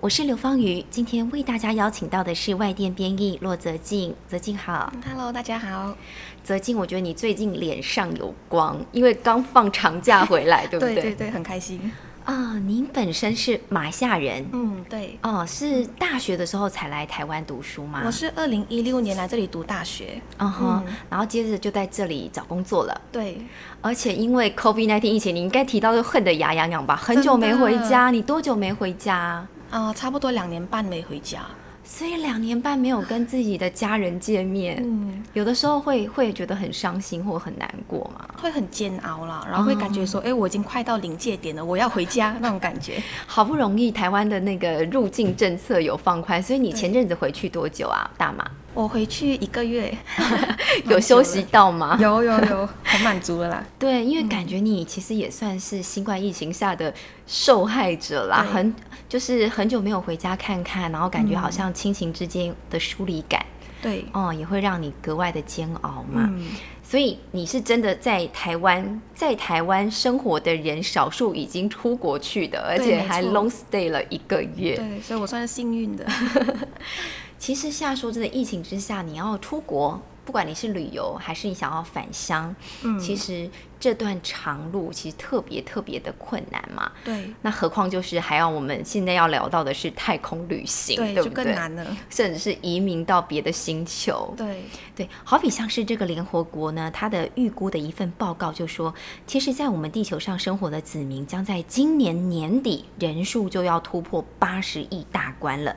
我是刘芳瑜，今天为大家邀请到的是外电编译骆泽静。泽静好， Hello，大家好。泽静，我觉得你最近脸上有光，因为刚放长假回 来，对不对对？对对，很开心。啊、您本身是马来西亚人，嗯，对，哦，是大学的时候才来台湾读书吗？我是二零一六年来这里读大学。嗯哼，嗯然后接着就在这里找工作了，对，而且因为 COVID 19疫情，你应该提到就恨得牙痒痒吧？很久没回家，你多久没回家？啊、差不多两年半没回家。所以两年半没有跟自己的家人见面，嗯，有的时候会会觉得很伤心或很难过嘛。会很煎熬啦，然后会感觉哦说，哎、我已经快到临界点了，我要回家 那种感觉。好不容易台湾的那个入境政策有放宽，所以你对前阵子回去多久啊？大马我回去一 个月，有休息到吗？有有有，很满足了啦。对，因为感觉你其实也算是新冠疫情下的受害者啦，对很就是很久没有回家看看，然后感觉嗯好像亲情之间的疏离感，对，哦、也会让你格外的煎熬嘛。嗯，所以你是真的在台湾，在台湾生活的人，少数已经出国去的，而对且没还错 long stay 了一个月。对，所以我算是幸 运的。其实现在说真的，疫情之下，你要出国，不管你是旅游还是你想要返乡，嗯，其实这段长路其实特别特别的困难嘛。对那何况就是还要我们现在要聊到的是太空旅行，对，对就不更对？难了。甚至是移民到别的星球，对，对，好比像是这个联合国呢，它的预估的一份报告就说，其实，在我们地球上生活的子民，将在今年年底人数就要突破八十亿大关了。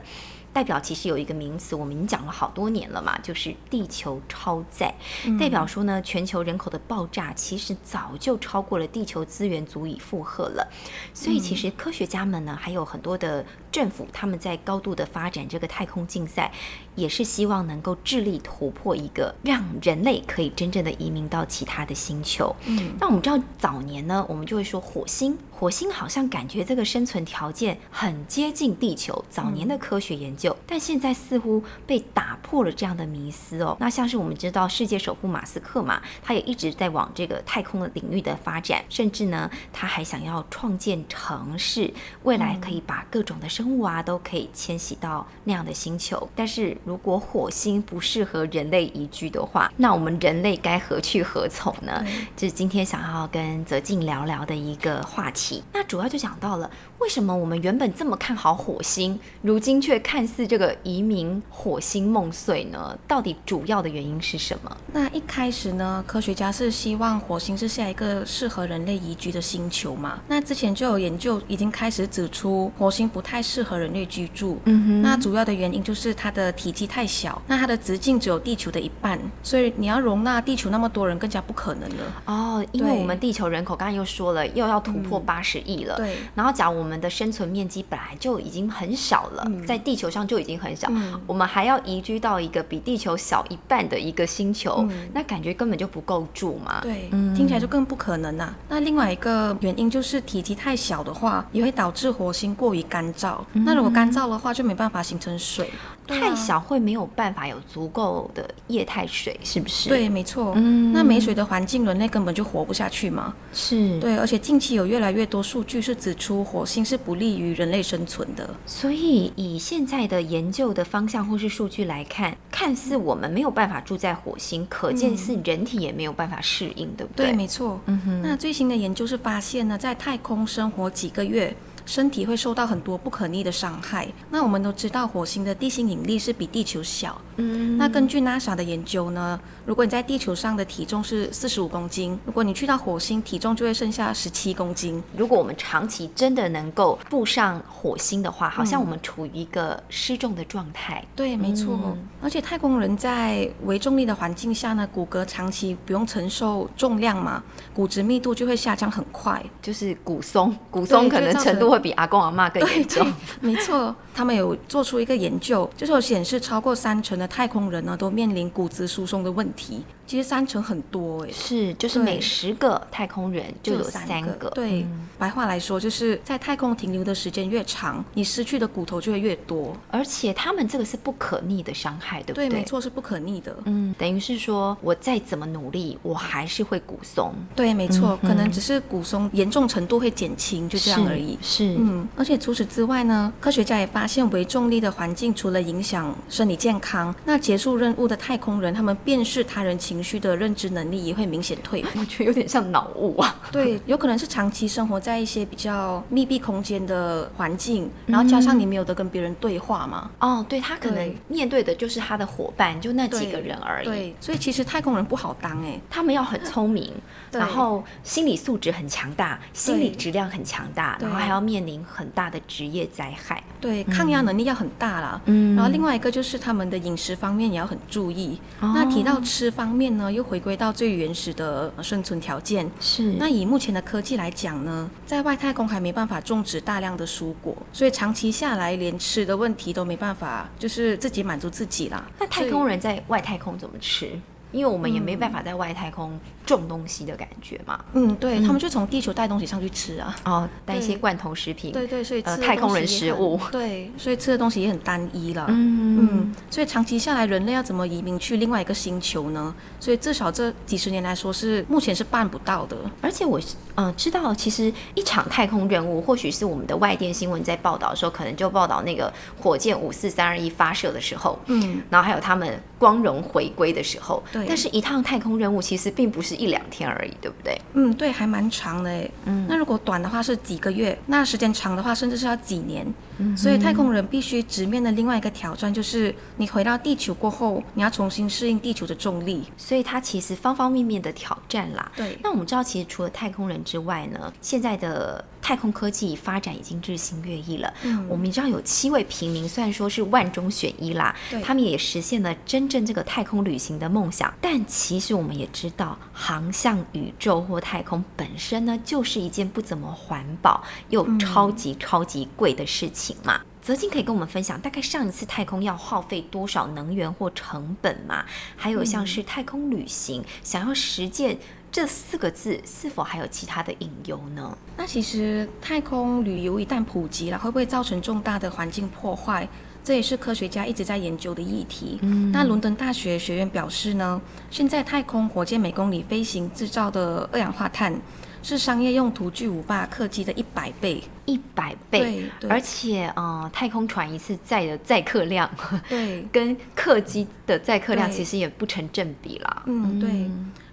代表其实有一个名词，我们已经讲了好多年了嘛，就是地球超载。代表说呢，全球人口的爆炸其实早就超过了地球资源足以负荷了，所以其实科学家们呢，还有很多的政府，他们在高度的发展这个太空竞赛，也是希望能够致力突破一个让人类可以真正的移民到其他的星球。嗯，那我们知道早年呢，我们就会说火星，火星好像感觉这个生存条件很接近地球早年的科学研究，但现在似乎被打破了这样的迷思哦。那像是我们知道世界首富马斯克嘛，他也一直在往这个太空的领域的发展，甚至呢，他还想要创建城市，未来可以把各种的生物啊都可以迁徙到那样的星球。但是如果火星不适合人类宜居的话，那我们人类该何去何从呢？对这是今天想要跟泽静聊聊的一个话题。那主要就讲到了为什么我们原本这么看好火星，如今却看似这个移民火星梦碎呢？到底主要的原因是什么？那一开始呢，科学家是希望火星是下一个适合人类宜居的星球嘛？那之前就有研究已经开始指出，火星不太适合人类居住。嗯哼那主要的原因就是它的体积太小，那它的直径只有地球的一半，所以你要容纳地球那么多人更加不可能了。哦，因为对我们地球人口刚刚又说了，又要突破八十亿了。对然后讲我们的生存面积本来就已经很少了，在地球上就已经很少，嗯我们还要移居到一个比地球小一半的一个星球，嗯那感觉根本就不够住嘛。对，嗯听起来就更不可能啦、那另外一个原因就是体积太小的话，也会导致火星过于干燥。嗯那如果干燥的话，就没办法形成水。对太啊小会没有办法有足够的液态水，是不是？，对，没错。嗯那没水的环境，人类根本就活不下去嘛。是。对，而且近期有越来越多数据是指出，火星是不利于人类生存的。所以以现在的研究的方向或是数据来看，看似我们没有办法住在火星，可见是人体也没有办法适应，对不嗯对，对？没错。嗯哼。那最新的研究是发现呢，在太空生活几个月。身体会受到很多不可逆的伤害。那我们都知道，火星的地心引力是比地球小。嗯那根据 NASA 的研究呢，如果你在地球上的体重是四十五公斤，如果你去到火星，体重就会剩下十七公斤。如果我们长期真的能够步上火星的话，好像我们处于一个失重的状态。对，没错。嗯而且太空人在微重力的环境下呢，骨骼长期不用承受重量嘛，骨质密度就会下降很快。就是骨松，骨松可能程度会比阿公阿妈更严重。 没错， 他们有做出一个研究，就是有显示超过三成的太空人呢都面临骨质疏松的问题。其实三成很多哎、是，就是对每十个太空人就有三个。个。嗯对，白话来说就是在太空停留的时间越长，你失去的骨头就会越多。而且他们这个是不可逆的伤害，对不对，没。错，是不可逆的。嗯，等于是说我再怎么努力，我还是会骨松，对，没错，可能只是骨松严重程度会减轻，就这嗯样是而已。是，嗯，而且除此之外呢，科学家也发现微重力的环境除了影响生理健康，那结束任务的太空人，他们辨识他人情绪的认知能力也会明显退嗯步。我觉得有点像脑雾啊。对，有可能是长期生活在一些比较密闭空间的环境，然后加上你没有得跟别人对话嘛。哦，对他可能对面对的就是他的伙伴，就那几对个人而已。对，所以其实太空人不好当哎、他们要很聪明，对然后心理素质很强大，心理质量很强大，对然后还要面临很大的职业灾害。对，抗压能力要很大啦。嗯然后另外一个就是他们的饮食方面也要很注意。哦那提到吃方面呢，又回归到最原始的呃生存条件。是那以目前的科技来讲呢，在外太空还没办法种植大量的蔬果，所以长期下来连吃的问题都没办法，就是自己满足自己啦。那太空人在外太空怎么吃？因为我们也没办法在外太空种东西的感觉嘛。嗯，对他们就从地球带东西上去吃啊。哦，带一些对罐头食品。对对，所以吃呃的太空人东西也很食物对，所以吃的东西也很单一啦。嗯嗯，所以长期下来，人类要怎么移民去另外一个星球呢？所以至少这几十年来说是，目前是办不到的。而且我呃知道，其实一场太空任务，或许是我们的外电新闻在报道的时候，可能就报道那个火箭五四三二一发射的时候，嗯，然后还有他们光荣回归的时候。对但是一趟太空任务其实并不是一两天而已，对不对？嗯，对，还蛮长的诶。嗯那如果短的话是几个月，那时间长的话甚至是要几年。嗯，所以太空人必须直面的另外一个挑战就是，你回到地球过后，你要重新适应地球的重力。所以它其实方方面面的挑战啦。对那我们知道，其实除了太空人之外呢，现在的太空科技发展已经日新月异了。嗯我们知道有七位平民，虽然说是万中选一啦对，他们也实现了真正这个太空旅行的梦想。但其实我们也知道，航向宇宙或太空本身呢，就是一件不怎么环保又超级嗯超级贵的事情嘛。泽金可以跟我们分享，大概上一次太空要耗费多少能源或成本吗？还有像嗯是太空旅行，想要实践这四个字，是否还有其他的隐忧呢？那其实太空旅游一旦普及了，会不会造成重大的环境破坏？这也是科学家一直在研究的议题。嗯，那伦敦大学学院表示呢，现在太空火箭每公里飞行制造的二氧化碳是商业用途巨无霸客机的一百倍。一百倍，对对而且呃，太空船一次载的载客量 对，嗯跟客机的载客量对其实也不成正比啦。嗯，对。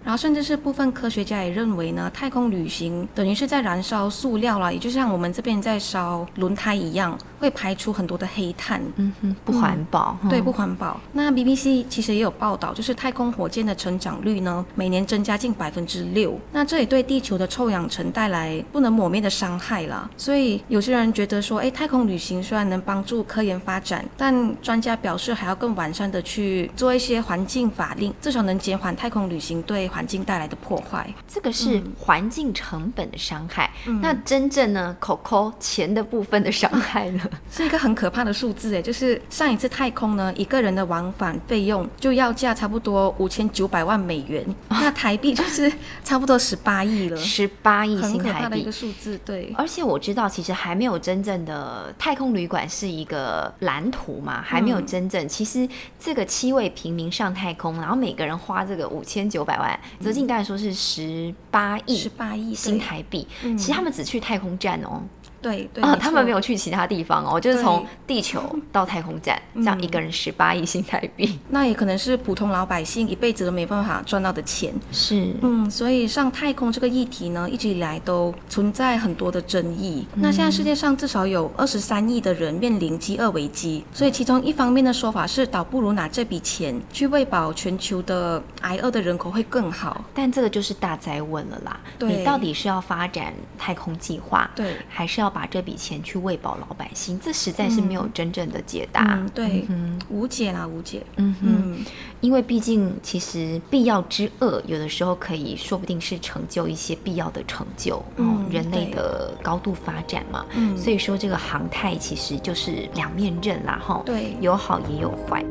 然后，甚至是部分科学家也认为呢，太空旅行等于是在燃烧塑料啦，也就像我们这边在烧轮胎一样，会排出很多的黑碳。嗯哼，不环保。对，嗯不环保。那 BBC 其实也有报道，就是太空火箭的成长率呢，每年增加近百分之六。那这也对地球的臭氧层带来不能抹灭的伤害啦。所以有些人觉得说，诶，太空旅行虽然能帮助科研发展，但专家表示还要更完善的去做一些环境法令，至少能减缓太空旅行对环境带来的破坏。这个是嗯环境成本的伤害。那真正呢，口口钱的部分的伤害 呢？是一个很可怕的数字诶，欸就是上一次太空呢，一个人的往返费用就要价差不多五千九百万美元，哦那台币就是差不多十八亿 了，十八亿很新可怕台的一币个。数字。对，而且我知道，其实还没有真正的太空旅馆是一个蓝图嗯嘛，还没有真正。其实这个七位平民上太空，然后每个人花这个五千九百万，泽进刚才说是十八嗯十亿八亿新，台币，嗯其实他们只去太空站哦，对对对啊，他们没。错有去其他地方哦，就是对从地球到太空站，这样一个人十八亿新台币，那也可能是普通老百姓一辈子都没办法赚到的钱。是嗯，所以上太空这个议题呢，一直以来都存在很多的争议。那现在世界上至少有二十三亿的人面临饥饿危机，所以其中一方面的说法是，倒不如拿这笔钱去喂饱全球的挨饿的人口会更好。但这个就是大灾问了啦。对你到底是要发展太空计划，对还是要把这笔钱去喂饱老百姓？这实在是没有真正的解答。嗯，对，无解啦，无解。嗯哼，嗯因为毕竟其实必要之恶，有的时候可以说不定是成就一些必要的成就，嗯哦、人类对的高度发展嘛。嗯，所以说这个航太其实就是两面刃啦，哈，对有好也有坏。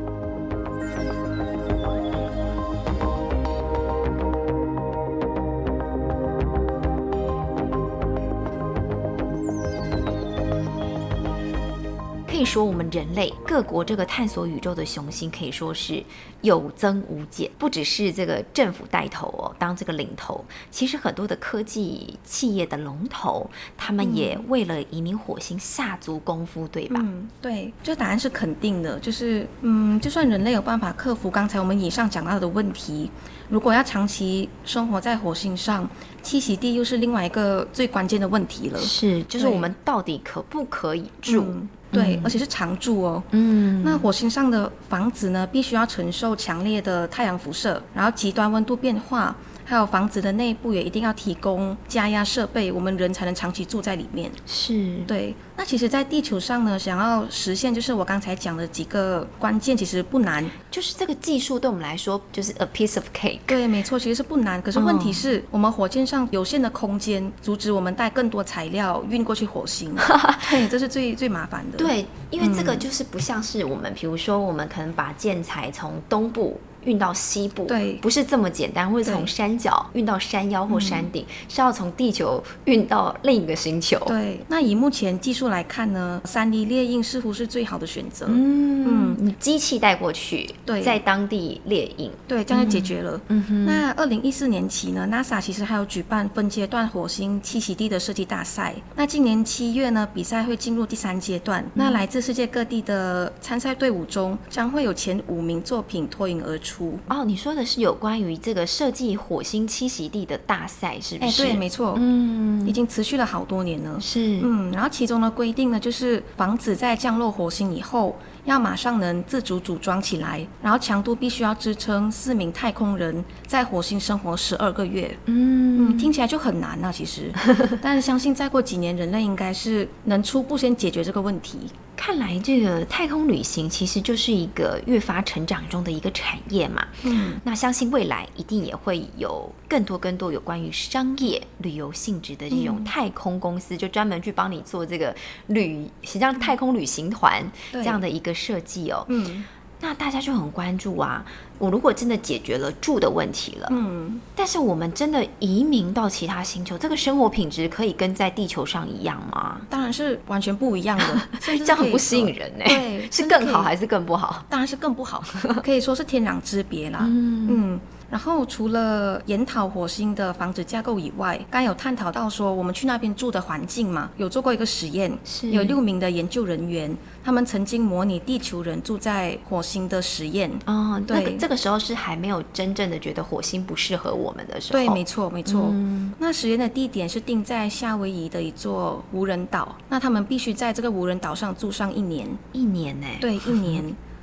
可以说，我们人类各国这个探索宇宙的雄心，可以说是有增无减。不只是这个政府带头哦，当这个领头，其实很多的科技企业的龙头，他们也为了移民火星下足功夫，对吧？嗯，对，这答案是肯定的。就是，嗯，就算人类有办法克服刚才我们以上讲到的问题，如果要长期生活在火星上，栖息地又是另外一个最关键的问题了。嗯是，就是对我们到底可不可以住？嗯对嗯，而且是常住哦。嗯那火星上的房子呢，必须要承受强烈的太阳辐射，然后极端温度变化，还有房子的内部也一定要提供加压设备，我们人才能长期住在里面。是对，那其实，在地球上呢，想要实现就是我刚才讲的几个关键，其实不难。就是这个技术对我们来说就是 a piece of cake。对，没错，其实是不难。可嗯是问题是、我们火箭上有限的空间，阻止我们带更多材料运过去火星。 对，这是最最麻烦的。，对，因为这嗯个就是不像是我们，比如说我们可能把建材从东部运到西部，对不是这么简单，或者从对嗯山脚运到山腰或山顶，是要从地球运到另一个星球。对。那以目前技术来看呢，三 D 猎印似乎是最好的选择。嗯，你机器带过去，对在当地猎鹰。对，这样就解决了。嗯哼，那二零一四年起呢，NASA 其实还有举办分阶段火星栖息地的设计大赛。那今年七月呢，比赛会进入第三阶段。那来自世界各地的参赛队伍中，将会有前五名作品脱颖而出。哦，你说的是有关于这个设计火星栖息地的大赛，是不哎，是？对，没错，嗯已，经持续了好多年了。是，嗯，然后其中的规定呢，就是房子在降落火星以后，要马上能自主组装起来，然后强度必须要支撑四名太空人在火星生活十二个月。嗯嗯，听起来就很难啊，其实， 但是相信再过几年，人类应该是能初步先解决这个问题。看来这个太空旅行其实就是一个越发成长中的一个产业嘛。嗯，那相信未来一定也会有更多更多有关于商业旅游性质的这嗯种太空公司，就专门去帮你做这个旅，实际上太空旅行团这对样的一个设计哦。嗯那大家就很关注啊。我如果真的解决了住的问题了，嗯，但是我们真的移民到其他星球，这个生活品质可以跟在地球上一样吗？当然是完全不一 样的，甚至这是样可很以不吸说引。人呢、欸对是真的更可以好还是更不好？当然是更不好，可以说是天壤之别啦。 嗯嗯然后除了研讨火星的房子架构以外，刚有探讨到说我们去那边住的环境嘛，有做过一个实验，是有六名的研究人员，他们曾经模拟地球人住在火星的实验。哦，那个对这个时候是还没有真正的觉得火星不适合我们的时候，对，没错，没错。嗯那实验的地点是定在夏威夷的一座无人岛，那他们必须在这个无人岛上住上一 年，一年呢、，对，一年。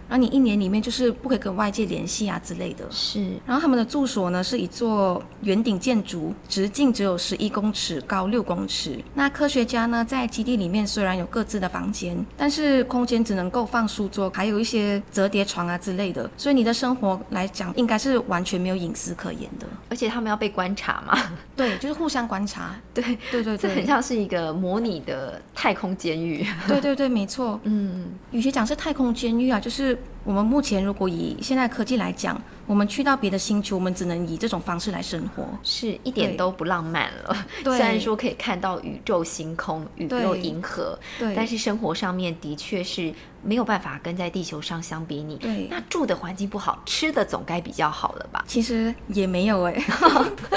然后你一年里面就是不可以跟外界联系啊之类的。是然后他们的住所呢是一座圆顶建筑，直径只有十一公尺，高六公尺。那科学家呢在基地里面虽然有各自的房间，但是空间只能够放书桌，还有一些折叠床啊之类的。所以你的生活来讲，应该是完全没有隐私可言的。而且他们要被观察嘛， 对，就是互相观察。 对，对对这很对，像是一个模拟的太空监狱，对对对，没错。嗯，与其讲是太空监狱啊，就是我们目前如果以现在科技来讲，我们去到别的星球，我们只能以这种方式来生活。是一点对都不浪漫了。对虽然说可以看到宇宙星空、宇宙对银河，对，但是生活上面的确是没有办法跟在地球上相比拟。对那住的环境不好，吃的总该比较好了吧？其实也没有哎、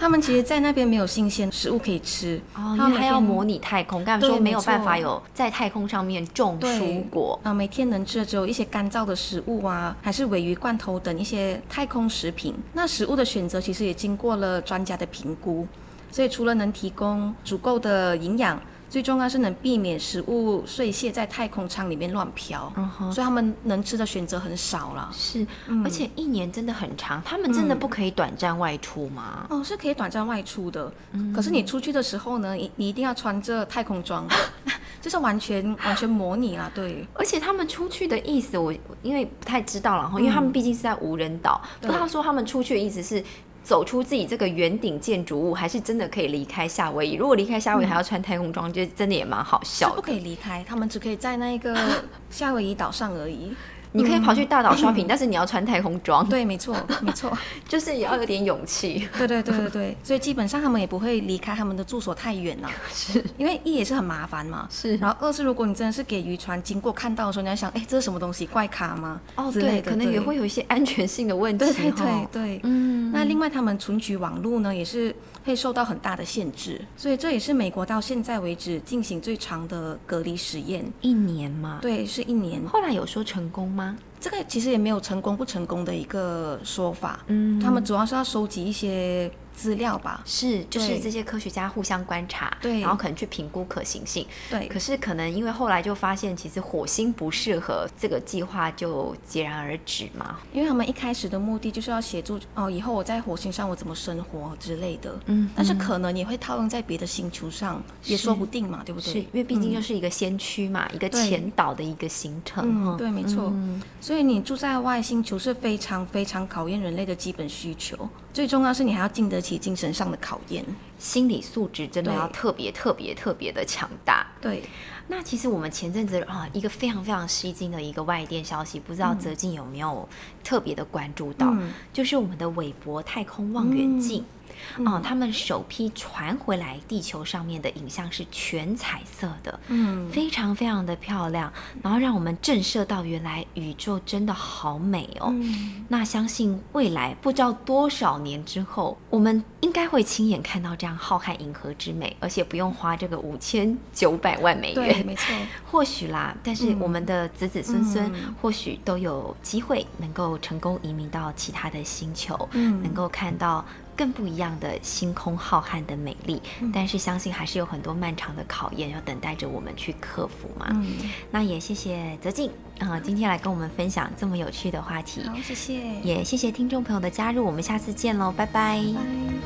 他们其实，在那边没有新鲜食物可以吃，哦，他因为们每它要天模拟太空，刚才对说没没有办错法有在太空上面种对蔬果，啊、每天能吃的只有一些干燥的食物啊，还是鲔鱼罐头等一些太空食品。那食物的选择其实也经过了专家的评估，所以除了能提供足够的营养，最重要是能避免食物碎屑在太空舱里面乱飘，嗯哼，所以他们能吃的选择很少了。是，嗯而且一年真的很长，他们真的不可以短暂外出吗？哦，是可以短暂外出的，嗯可是你出去的时候呢，你你一定要穿着太空 装，就是完全完全模拟啦，对。而且他们出去的意思我，我因为不太知道了，然后因为他们毕竟是在无人岛，不嗯对知道说他们出去的意思是走出自己这个圆顶建筑物，还是真的可以离开夏威夷？如果离开夏威夷还要穿太空装，就真的也蛮好嗯是笑不的。可以离开，他们只可以在那个夏威夷岛上而已。你可以跑去大岛 shopping，、但是你要穿太空装，对，没错，没错，就是也要有点勇气。对对对对对，所以基本上他们也不会离开他们的住所太远了，是因为一也 是很麻烦嘛。是然后二是，如果你真的是给渔船经过看到的时候，你要想，哎，这是什么东西？怪咖吗？哦，之类对，的可能也对会有一些安全性的问题。对对对吼对，嗯，那另外，他们存取网络呢，也是会受到很大的限制，所以这也是美国到现在为止进行最长的隔离实验。一年嘛，对，是一年。后来有说成功吗？这个其实也没有成功不成功的一个说法。嗯他们主要是要收集一些资料吧。是，就是对这些科学家互相观察，对然后可能去评估可行性。对，可是可能因为后来就发现，其实火星不适合这个计划，就截然而止嘛。因为他们一开始的目的就是要协助哦，以后我在火星上我怎么生活之类的。嗯但是可能也会套用在别的星球上，也是说不定嘛，对不是对因？为毕竟就是一个先驱嘛，一个对前导的一个行程。嗯，哈对，没错。嗯所以你住在外星球是非常非常考验人类的基本需求，最重要是你还要经得起精神上的考验。心理素质真的对要特别特别特别的强大。对，那其实我们前阵子啊，一个非常非常吸睛的一个外电消息，不知道泽静有没有特别的关注到，嗯就是我们的韦伯太空望远镜。嗯哦，他们首批传回来地球上面的影像是全彩色的，嗯，非常非常的漂亮，然后让我们震慑到原来宇宙真的好美哦。嗯那相信未来不知道多少年之后，我们应该会亲眼看到这样浩瀚银河之美，而且不用花这个五千九百万美对，元。没错，或许啦，但是我们的子子孙孙嗯或许都有机会能够成功移民到其他的星球，嗯能够看到更不一样的星空浩瀚的美丽。嗯但是相信还是有很多漫长的考验要等待着我们去克服嘛。嗯，那也谢谢泽静啊、呃今天来跟我们分享这么有趣的话题，好，谢谢，也谢谢听众朋友的加入，我们下次见喽，拜拜拜。